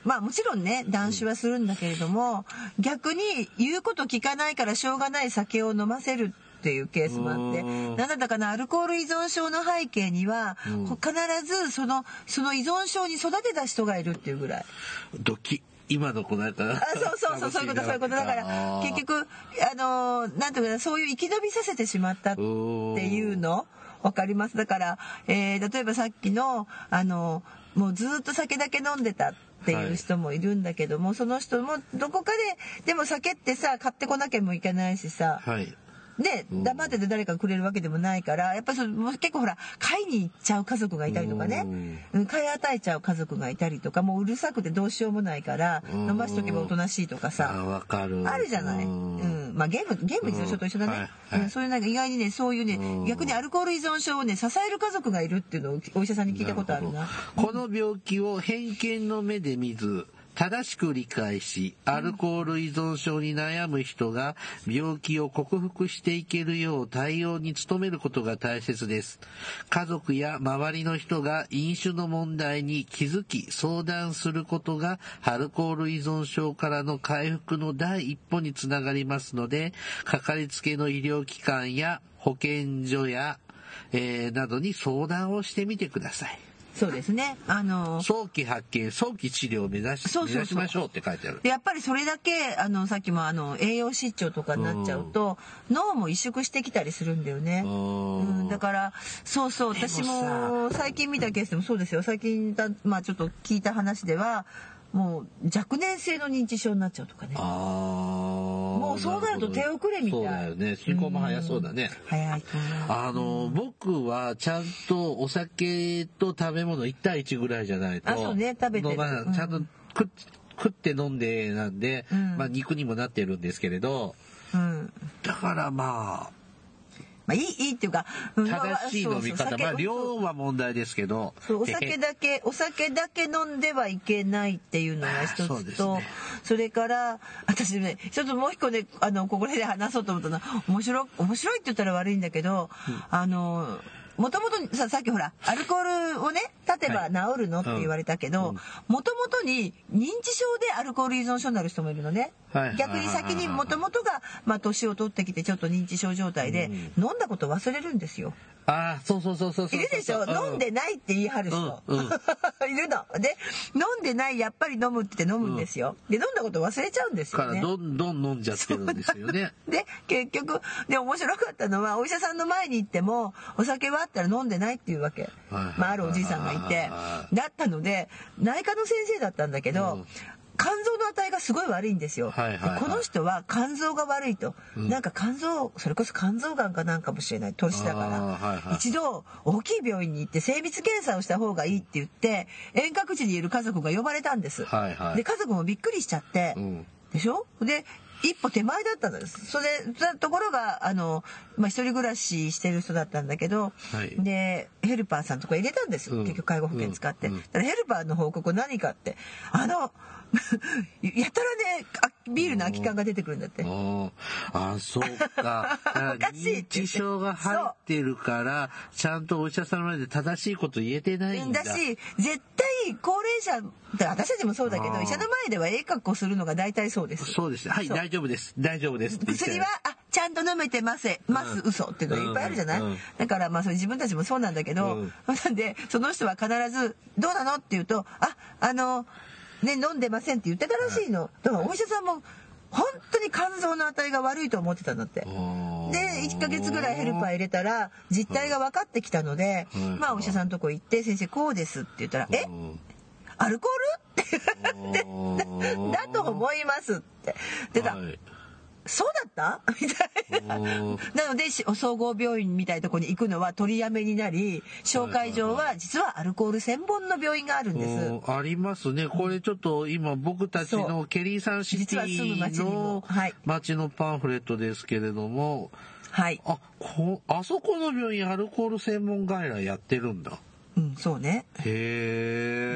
まあもちろんね、断酒はするんだけれども、逆に言うこと聞かないからしょうがない酒を飲ませる。っていうケースもあってうんなんだったかなアルコール依存症の背景には、うん必ずそのその依存症に育てた人がいるっていうぐらいドキ今の子なんかなあそうそうそうそういうことそういうことだから結局あのーなんていうかなそういう生き延びさせてしまったっていうのわかりますだから、えー例えばさっきのあのーもうずっと酒だけ飲んでたっていう人もいるんだけども、その人もどこかででも酒ってさ買ってこなきゃもいけないしさ、はいねうん黙ってて誰かがくれるわけでもないからやっぱりそのもう結構ほら買いに行っちゃう家族がいたりとかねうん買い与えちゃう家族がいたりとかもううるさくてどうしようもないからうん飲ましとけばおとなしいとかあさわかるあるじゃない、ううんんまあ、ゲームゲーム依存症と一緒だうんはねい、はいうんそういうなんか意外にねそういうねうん逆にアルコール依存症をね支える家族がいるっていうのをお医者さんに聞いたことあるななるほどこの病気を偏見の目で見ず正しく理解し、アルコール依存症に悩む人が病気を克服していけるよう対応に努めることが大切です。家族や周りの人が飲酒の問題に気づき相談することがアルコール依存症からの回復の第一歩につながりますので、かかりつけの医療機関や保健所や、えーなどに相談をしてみてください。そうですねあの早期発見、早期治療を目指しそうそうそ目う指しましょうって書いてある。やっぱりそれだけあのさっきもあの栄養失調とかになっちゃうと脳も萎縮してきたりするんだよね。うん、だからそうそうでもさ私も最近見たケースでもそうですよ最近だ、まあ、ちょっと聞いた話ではもう若年性の認知症になっちゃうとかねももうそうなると手遅れみたいそうだよね。進行も早そうだね。早いかなあの、僕はちゃんとお酒と食べ物1対1ぐらいじゃないと。あそうね食べてる飲まないうんちゃんと食っ食って飲んでなんで、うんまあ肉にもなってるんですけれど、うんだからまあ、まあいいいいっていうか、うんまあ正しい飲みそう方、そう酒まあ量は問題ですけど、そうお酒だけお酒だけ飲んではいけないっていうのが一あーそうつですとそ,、ねれから私ねちょっともう一個ねあのここらで話そうと思ったのは面白面白いって言ったら悪いんだけど、あのもともとささっきほらアルコールをね立てば治るのって言われたけはいうんどもともとに認知症でアルコール依存症になる人もいるのね、はいはい逆に先にもともとが、まあ、年を取ってきてちょっと認知症状態で、飲んだこと忘れるんですよ。ああ、そうそうそうそうそうそう。いるでしょ、う飲んでないって 言い張る人、うんうんいるので飲んでないやっぱり飲むって飲むんですよ、で飲んだこと忘れちゃうんですかよらねどんどん飲んじゃってるんですよね。で結局で面白かったのはお医者さんの前に行っても「お酒は?」って言ったら飲んでないっていうわけ、はいはいまあ、あるおじいさんがいてだったので内科の先生だったんだけど、うん肝臓の値がすごい悪いんですよ、はいはいはいでこの人は肝臓が悪いと、なんか肝臓それこそ肝臓がんかなんかもしれない年だから、あーはいはい一度大きい病院に行って精密検査をした方がいいって言って遠隔地にいる家族が呼ばれたんです、はいはいで家族もびっくりしちゃって、うんでしょで一歩手前だったんですそれだところがあの、まあ、一人暮らししてる人だったんだけど、はいでヘルパーさんとか入れたんです、うん結局介護保険使って、うんうんだからヘルパーの報告何かってあの やたらねあビールの空き缶が出てくるんだって。あああ、そうか。だから おかしいって言って認知症が入ってるから、ちゃんとお医者さんの前で正しいこと言えてないんだ。だし絶対高齢者って私たちもそうだけあどー医者の前ではええ格好するのが大体そうですそうですね。はい、そう大丈夫です。大丈夫ですって言っちゃう薬はあちゃんと飲めてますます、うん嘘っていうのいっぱいあるじゃない、うんうんだからまあそれ自分たちもそうなんだけど、うんなんでその人は必ず「どうなの?」って言うと「ああのね飲んでません」って言ってたらしいの、だからお医者さんも本当に肝臓の値が悪いと思ってたんだって。あーで1ヶ月ぐらいヘルパー入れたら実態が分かってきたので、うんまあお医者さんのとこ行って「先生こうです」って言ったら「えうんアルコール?」ってうん だと思いますってでだ、はいそうだった みたいなうんなのでし総合病院みたいなとこに行くのは取りやめになり紹介状は実はアルコール専門の病院があるんです。うんありますね。これちょっと今僕たちそのケリーさんシテ実は住むィ街にものはい街のパンフレットですけれども、はい、あ、こ、あそこの病院アルコール専門外来やってるんだ。うん、そうねへ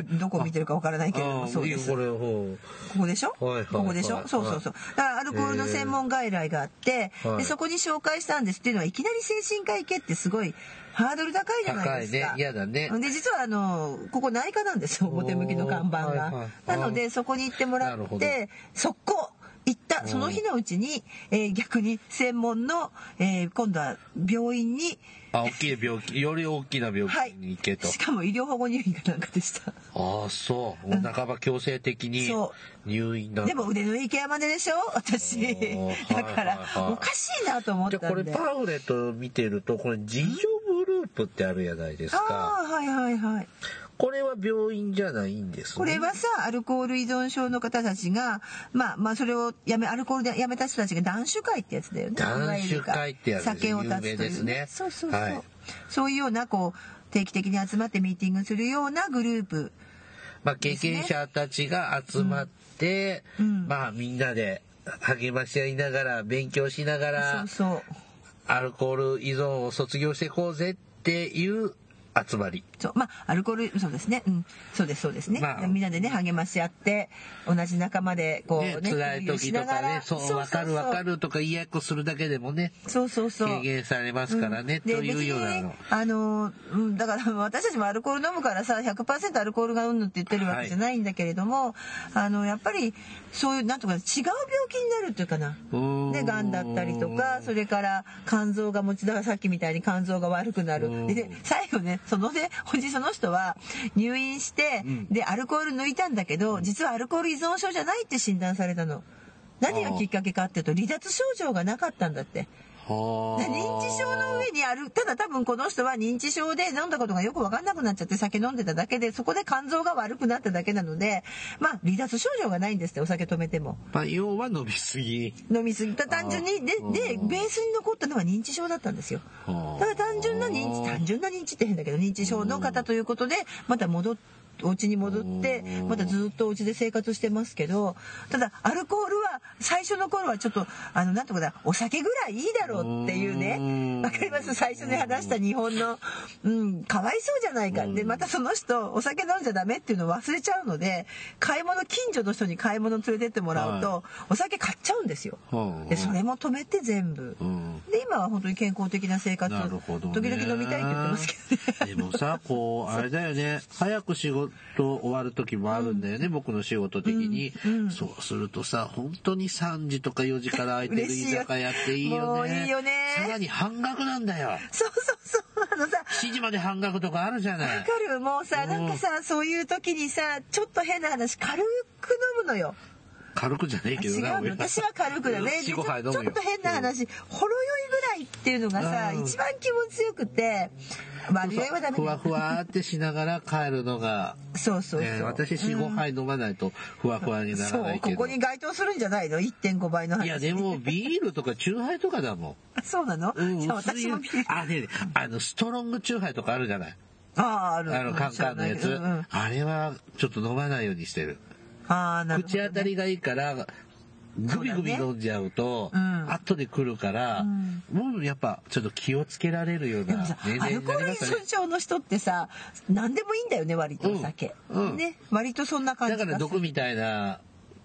え。どこ見てるかわからないけれどあもあそうですこれ、ほうここでしょ、はいはいここでしょ、はいそうそうそうだからアルコールの専門外来があって、へーはいでそこに紹介したんですっていうのはいきなり精神科行けってすごいハードル高いじゃないですか高いね嫌だねで実はあのここ内科なんですよ表向きの看板が、おーはいはいなのでそこに行ってもらなるほっどて速攻行ったその日のうちに、えー逆に専門の、えー今度は病院にあ、大きい病気、より大きな病はい気に行けと。しかも医療保護入院かなんかでしたああ、そう。半ば強制的にそ入院なんだ。でも腕のいいケアマネでしょ私おー だかはいらはいはいおかしいなと思っじたゃあこれんでパンフレット見てると、これ事業グループってあるじゃないですか。ああはいはいはいこれは病院じゃないんですね。これはさアルコール依存症の方たちがまあまあそれをやめアルコールでやめた人たちが断酒会ってやつだよね断酒会ってやつです酒を断つとい有名うですねそうそうそう、はいそういうようなこう定期的に集まってミーティングするようなグループまあ、経験者たちが集まって、うんまあ、みんなで励まし合いながら、勉強しながそらう、そうアルコール依存を卒業していこうぜっていう集まり。そうまあアルコールそうですね、うん、そうですそうですね、まあみんなでね励まし合って同じ仲間でこうねね、辛い共有時しとながからね、そう、そうわかるわかるるとか、嫌やっこするだけでもね、そうそうそう軽減されますからね、とでいうよう別なにのね。あの、うん、だから 私たちもアルコール飲むからさ100%アルコールがうんぬって言ってるわけじゃないんだけれども、あのやっぱりそういうなんとか違う病気になるというかな。うーんね、がんだったりとかそれから肝臓が持ちだからさっきみたいに肝臓が悪くなうんるでで最後ねそのねおじその人は入院して、うんでアルコール抜いたんだけど実はアルコール依存症じゃないって診断されたの。何がきっかけかっていうと離脱症状がなかったんだってはであ認知症の上にあるただ多分この人は認知症で飲んだことがよく分かんなくなっちゃって酒飲んでただけでそこで肝臓が悪くなっただけなのでまあ離脱症状がないんですってお酒止めてもまあ、要は飲みすぎ。飲みすぎた単純にであーでうんベースに残ったのは認知症だったんですよはあだから単純な認知単純な認知って変だけど認知症の方ということでまた戻っお家に戻ってうんまたずっとお家で生活してますけどただアルコールは最初の頃はちょっとあのなんとかだお酒ぐらいいいだろうっていううねんわかります最初に話した日本のうんかわいそうじゃないかでまたその人お酒飲んじゃダメっていうのを忘れちゃうので買い物近所の人に買い物連れてってもらうはとお酒買っちゃうんですよはあでそれも止めて全部うんで今は本当に健康的な生活なるほどね時々飲みたいって言ってますけどね でもさこうあれだよね早く仕事終わる時もあるんだよね、僕の仕事的に、そうするとさ本当に3時とか4時から空いてる居嬉しいよ酒屋っていいよもねういいよねさらに半額なんだよそうそうそうあのさ7時まで半額とかあるじゃないわかるもうさなんかさそういう時にさちょっと変な話軽く飲むのよ軽くじゃねえけど違なうの私は軽く だねでち45ょ杯飲むよちょっと変な話ほろ酔いぐらいっていうのがさうん一番気持ちよくて悪酔いはダメふわだふわってしながら帰るのが、そうそうそう、ね、私45杯飲まないとふわふわにならそなういけこど、こに該当するんじゃないの1.5倍の話いやでもビールとかチューハイとかだもんそうなの、うん、じゃあ薄い私もビールあ、ねねあの、ストロングチューハイとかあるじゃない あああるあの、カンカンのやつ。うんうんあれは、ちょっと飲まないようにしてる。ああなるほど口当たりがいいから、グビグビそうだね飲んじゃうと、うん後で来るから、んもうやっぱ、ちょっと気をつけられるようでもなさ年ア齢ルにコなーりまル依したね存。症の人ってさ何でもいいんだよね割とお酒、うんうんね割とそんな感じだからが毒みたいな、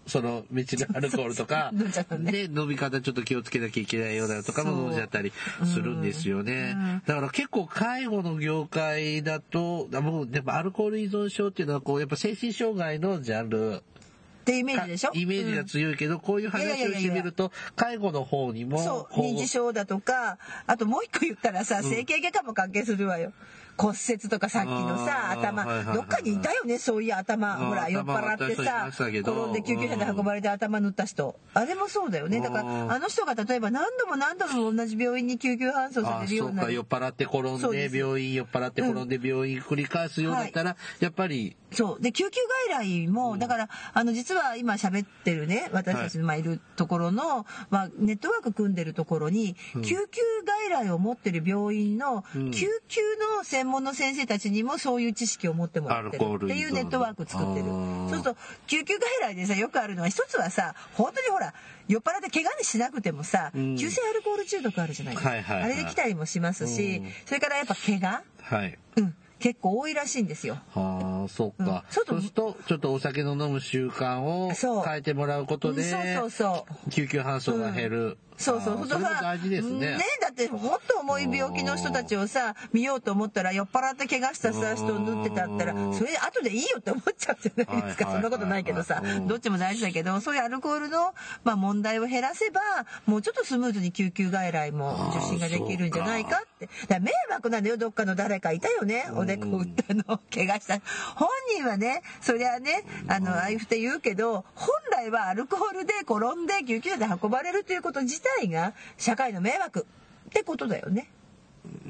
その、道のアルコールとか、 そうそう飲んじゃったねで、飲み方ちょっと気をつけなきゃいけないようなのとかも飲んじゃったりするんですよね。だから結構介護の業界だと、あもう、やっぱアルコール依存症っていうのは、こう、やっぱ精神障害のジャンル、ってイメージでしょイメージが強いけど、こういういやい話やをいやしいてやみると、介護の方にも、そうこう認知症だとかあともう一個言ったらさ整形外科も関係するわよ、骨折とかさっきのさあー頭、はいはいはいどっかにいたよねそういう頭あーほら酔っ頭払っ頭打ちてさしました転けどんで救急車で運ばれて頭塗った人、あれもそうだよねだかあーらあの人が例えば何度も何度も同じ病院に救急搬送さあれるよそううになかる酔っ払って転そんうでです病院酔っ払って転んで病院繰り返すようだったら、やっぱりそうで救急外来も、だからあの実は今喋ってるね私たちのまあいるところの、まあ、ネットワーク組んでるところに、救急外来を持ってる病院の、救急の専門の先生たちにもそういう知識を持ってもらってるアルコール依って存いうネットワーク作ってるあーそうすると救急外来でさよくあるのは一つはさ本当にほら酔っ払って怪我にしなくてもさ、ん急性アルコール中毒あるじゃない,、はいはいはいあれで来たりもしますし、それからやっぱ怪我、はい。うん、結構多いらしいんですよ。はあ、そっか、うんちょっとそうすると、ちょっとお酒の飲む習慣をそう変えてもらうことで、うんそうそうそう救急搬送が減る。そうそうああ本そ当れもさ大事ですね。だって本当重い病気の人たちをさ見ようと思ったら酔っ払って怪我したさ人を縫ってたったらうんそれ後でいいよって思っちゃうじゃないですかはいはそいはいんなことないけどさうんどっちも大事だけどそういうアルコールのまあ問題を減らせばもうちょっとスムーズに救急外来も受診ができるんじゃないかってだから迷惑なのよどっかの誰かいたよねおでこ打ったの 怪我した本人はねそりゃねあのああいうふうって言うけど本来はアルコールで転んで救急車で運ばれるということ自体が社会の迷惑ってことだよね。。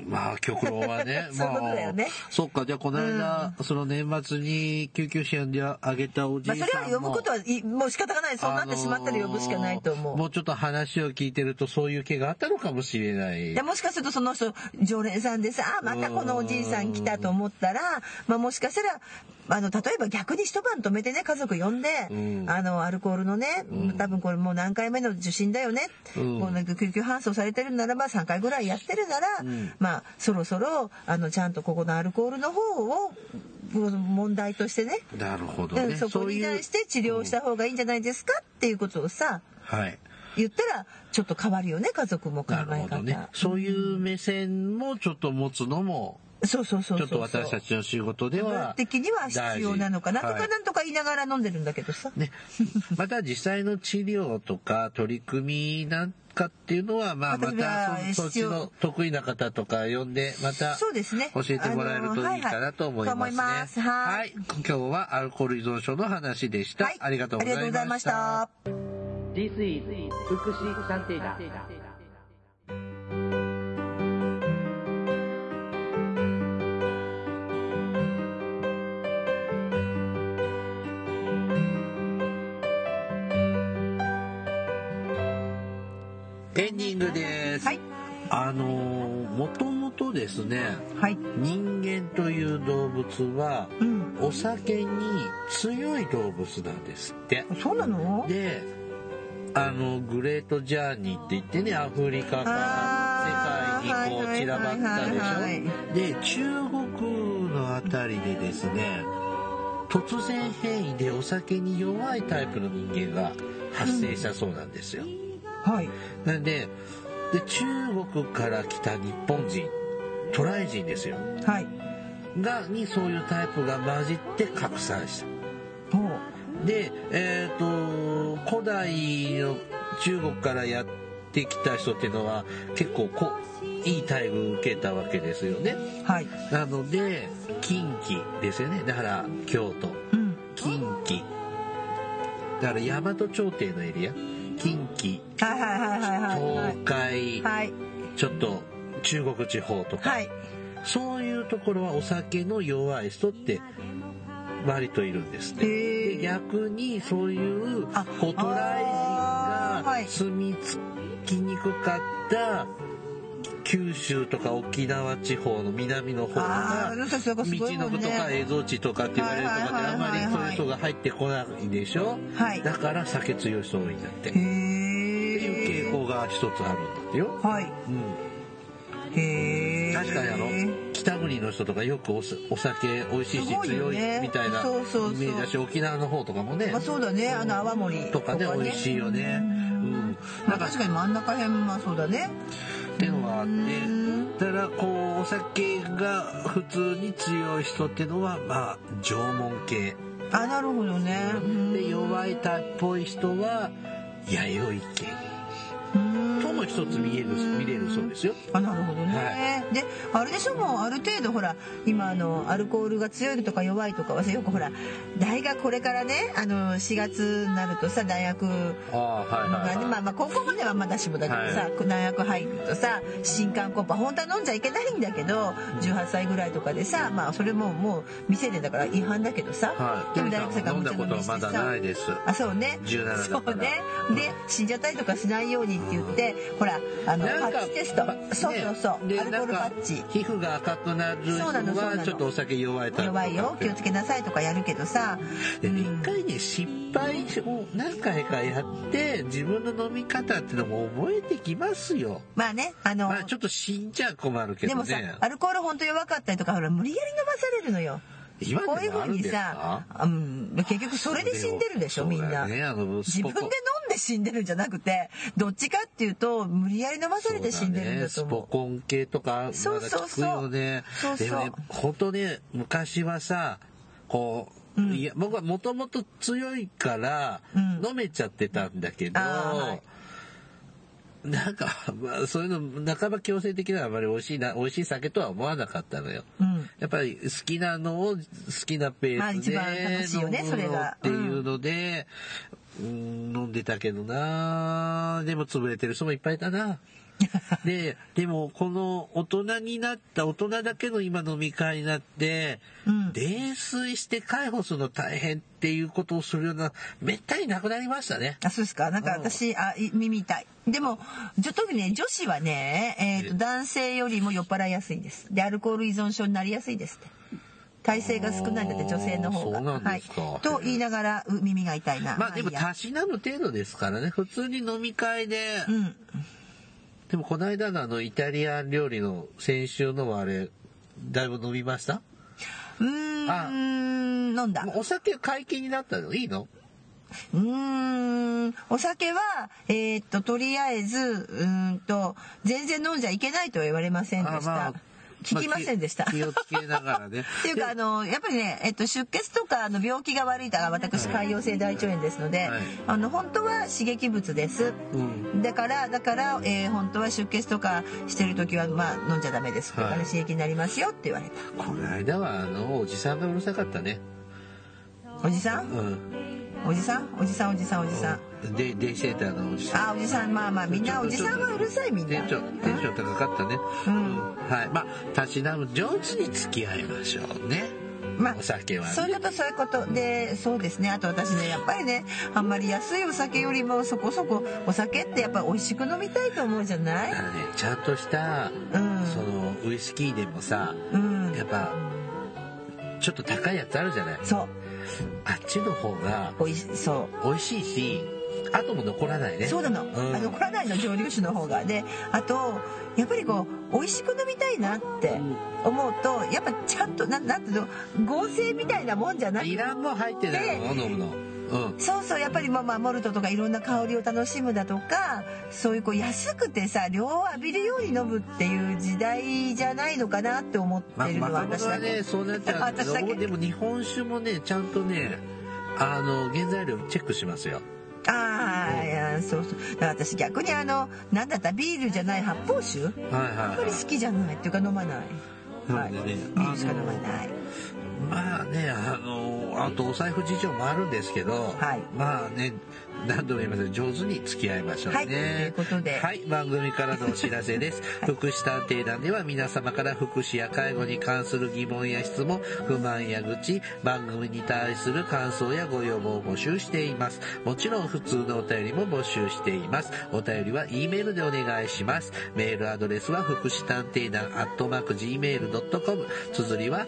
まあ、極論はね そういうことだよねまあ、そっか、じゃあこの間、その年末に救急車呼んであげたおじまいあ、さそんれも。は呼ぶことはいもう仕方がないそうなってしまったら呼ぶしかないと思う。あのーもうちょっと話を聞いてるとそういう気があったのかもしれないで。もしかするとその人常連さんでさあまたこのおじいさん来たと思ったら、まあ、もしかしたらあの例えば逆に一晩止めてね家族呼んで、うんあのアルコールのね、うん多分これもう何回目の受診だよね、うんこうなんか救急搬送されてるならば3回ぐらいやってるなら、うんまあそろそろあのちゃんとここのアルコールの方を問題としてねなるほどうね。ん、そこうにいう対して治療した方がいいんじゃないですかっていうことをさはい。言ったらちょっと変わるよね家族も考なえるほ方、どね。そういう目線もちょっと持つのも、そうそうそうちそょうっと私たちの仕事では。的には必要なのかなと大事はかいなんとか言いながら飲んでるんだけどさ、ね、また実際の治療とか取り組みなんかっていうのは、まあ、ま私はたそそっ必ち要の得意な方とか呼んで、またそうですね教えてもらえるといいかなと思いますね。あのはいはいと思いますはいはい。今日はアルコール依存症の話でした。はいありがとうござありがとういございままししたた。 This is 福祉探偵団エンディングです。はいあのー、もともとですね、はい人間という動物は、うんお酒に強い動物なんですって。そうなのであのグレートジャーニーって言ってねアフリカからあ世ー界にこはうい散らばったでしはいはいょで中国のあたりでですね突然変異でお酒に弱いタイプの人間が発生したそうなんですよ、はいなんでで中国から来た日本人渡来人ですよはいがにそういうタイプが混じって拡散したほうで、えっ、と、古代の中国からやってきた人っていうのは結構こいい待遇受けたわけですよね。はいなので、近畿ですよね。だから京都、うん近畿。だから大和朝廷のエリア、近畿、はいはいはいはい東海、はいはいちょっと中国地方とか、はいそういうところはお酒の弱い人って割といるんですね。へでー逆にそういうあホトライあーは人がい住み着きにくかった九州とか沖縄地方の南の方があーあの人す道ごいすごいものん子ねとか映像地とかって言われるとかってあんまりそういう人が入ってこないでしょはいだから酒強い人多いんだってってへいう傾え向が一つあるんだってよ、はいうんへえ確かにあの北国の人とかよくおすお酒美味しいしすごいよ強いねみたいなイメそうそうそうージだし沖縄の方とかもねまあそうだねあの泡盛とかね美味しいよねうんまあ確かに真ん中辺まあそうだねっていうのがあっうんてただこうお酒が普通に強い人っていうのはまあ縄文系あなるほどねうんで弱いタイプっぽい人は弥生系うんとも一つ見える見れるそうですよあなるほどね、はであれでしょもうある程度ほら今あのアルコールが強いとか弱いとかはさよくほら大学これからねあの4月になるとさ大学ああはいまあねまあまあ高校まではまだしもだけどさ、大学入るとさ新刊コンパ本当は飲んじゃいけないんだけど18歳ぐらいとかでさまあそれももう未成年だから違反だけどさ、はいで富も大さ学生んは飲んからもだちころんと飲みはしてまださないですあそうね17だからそうねで死んじゃったりとかしないようにって言って、ほらあのパッチテスト、ばそうねそうそう、でアルコールなパんかッチ皮膚が赤くなる人そうなのそうなはのちょっとお酒弱いタイプ弱いよ気をつけなさいとかやるけどさ、でねうん一回ね失敗を何回かやって自分の飲み方ってのも覚えてきますよまあねあの、まあちょっと死んじゃ困るけでどもさねアルコール本当弱かったりとかほら無理やり飲まされるのよ。今こうでいうもあふうるんにですかさ、うん、結局それで死んでるでしょそうみんだな、よねあの自分で飲スポコんで死んでるんじゃなくてどっちかっていうと無理やり飲まされて死んでるんだとそうだねスポ思コン系とかまだそうそう聞くそうよねそうそうでもね本当ね昔はさこう、うんいや僕はもともと強いからうん飲めちゃってたんだけど、あーはいなんか、まあ、そういうの半ば強制的なのはあまり美味しいな美味しい酒とは思わなかったのよ。う。うんやっぱり好きなのを好きなペまあース一で番楽しいよね飲むのそれがっていうので、うん、飲んでたけどなでも潰れてる人もいっぱいいた な。で、でもこの大人になった大人だけの今飲み会になって、うん泥酔して介護するの大変っていうことをするような、めったになくなりましたね。あそうですかなんか私、あい耳痛いでもじょ特にね女子はね、えーえと男性よりも酔っ払いやすいんですでアルコール依存症になりやすいですって体勢が少ないんだって女性の方が。そうなんですかはい、と言いながらう耳が痛いな。まあでもいいやたしなむ程度ですからね普通に飲み会で、うん。でもこの間のあのイタリアン料理の先週のはあれだいぶ飲みましたうーん、飲んだも。うお酒解禁になったのいいのうーん、お酒は、えーっと、とりあえず、うーんと、全然飲んじゃいけないとは言われませんでした。あまあ聞きませんでした。まあ気を気をつけながらね っていうか あのやっぱりね、えっと、出血とかあの病気が悪いと私潰瘍性大腸炎ですので、はいあの本当は刺激物です、うんだからだから、えー本当は出血とかしてる時は、まあ、飲んじゃダメです、はいだから刺激になりますよって言われたこの間はあのおじさんがうるさかったねおじさうんんおじさんおじさんおじさんおじさんでデイセーターのおじさんあおじさんまあまあみんなおじさんはうるさいみんなテンションテンション高かったね、うんはいまあたしなむ上手に付き合いましょうねまあお酒はねそういうことそういうことでそうですねあと私ねやっぱりねあんまり安いお酒よりもそこそこお酒ってやっぱり美味しく飲みたいと思うじゃなあいのねちゃんとした、うんそのウイスキーでもさうんやっぱちょっと高いやつあるじゃないそうあっちの方がおいしそ美味しいし後も残らないうねそうなの、んあのこらないの蒸留酒の方がであとやっぱりこう美味しく飲みたいなって思うとやっぱちゃんとなんなんていうの合成みたいなもんじゃなくいらんもん入ってないの飲むのうんそうそうやっぱりまあまあモルトとかいろんな香りを楽しむだとかそういうこう安くてさ量を浴びるように飲むっていう時代じゃないのかなって思ってるまのはあ、私私はだねけ。そうなっちゃうん だけ私だどけでも日本酒もねちゃんとねあの原材料チェックしますよああいやそうそうだから私逆にあのなんだったビールじゃない発泡酒やっはいはい、ぱり好きじゃないっていうか飲まない、なはんい、でビねールしか飲まないまあねあのあとお財布事情もあるんですけど、はいまあね何度も言いますけど上手に付き合いましょうね、はいということではい番組からのお知らせです福祉探偵団では皆様から福祉や介護に関する疑問や質問不満や愚痴番組に対する感想やご要望を募集していますもちろん普通のお便りも募集していますお便りは E メールでお願いしますメールアドレスは福祉探偵団アットマーク Gmail.com 綴りは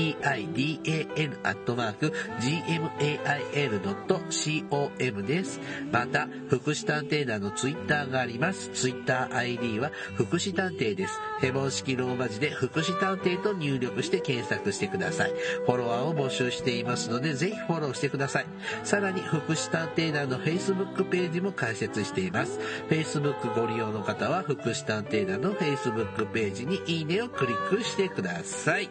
fukushitanteidan アットマーク gmail.com です。また、福祉探偵団のツイッターがあります。ツイッター ID は福祉探偵です。ヘボン式ローマ字で福祉探偵と入力して検索してください。フォロワーを募集していますので、ぜひフォローしてください。さらに、福祉探偵団の Facebook ページも開設しています。Facebook ご利用の方は、福祉探偵団の Facebook ページにいいねをクリックしてください。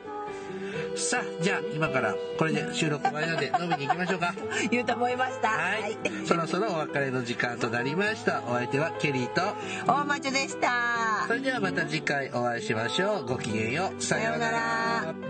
さあ、じゃあ今からこれで収録終わりなんで飲みに行きましょうか。言うと思いましたはい。そろそろお別れの時間となりました。お相手はケリーと、大魔女でしたそれではまた次回お会いしましょう。ごきげんよう。さようなさらようなら。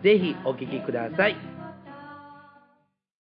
すぜひお聞きください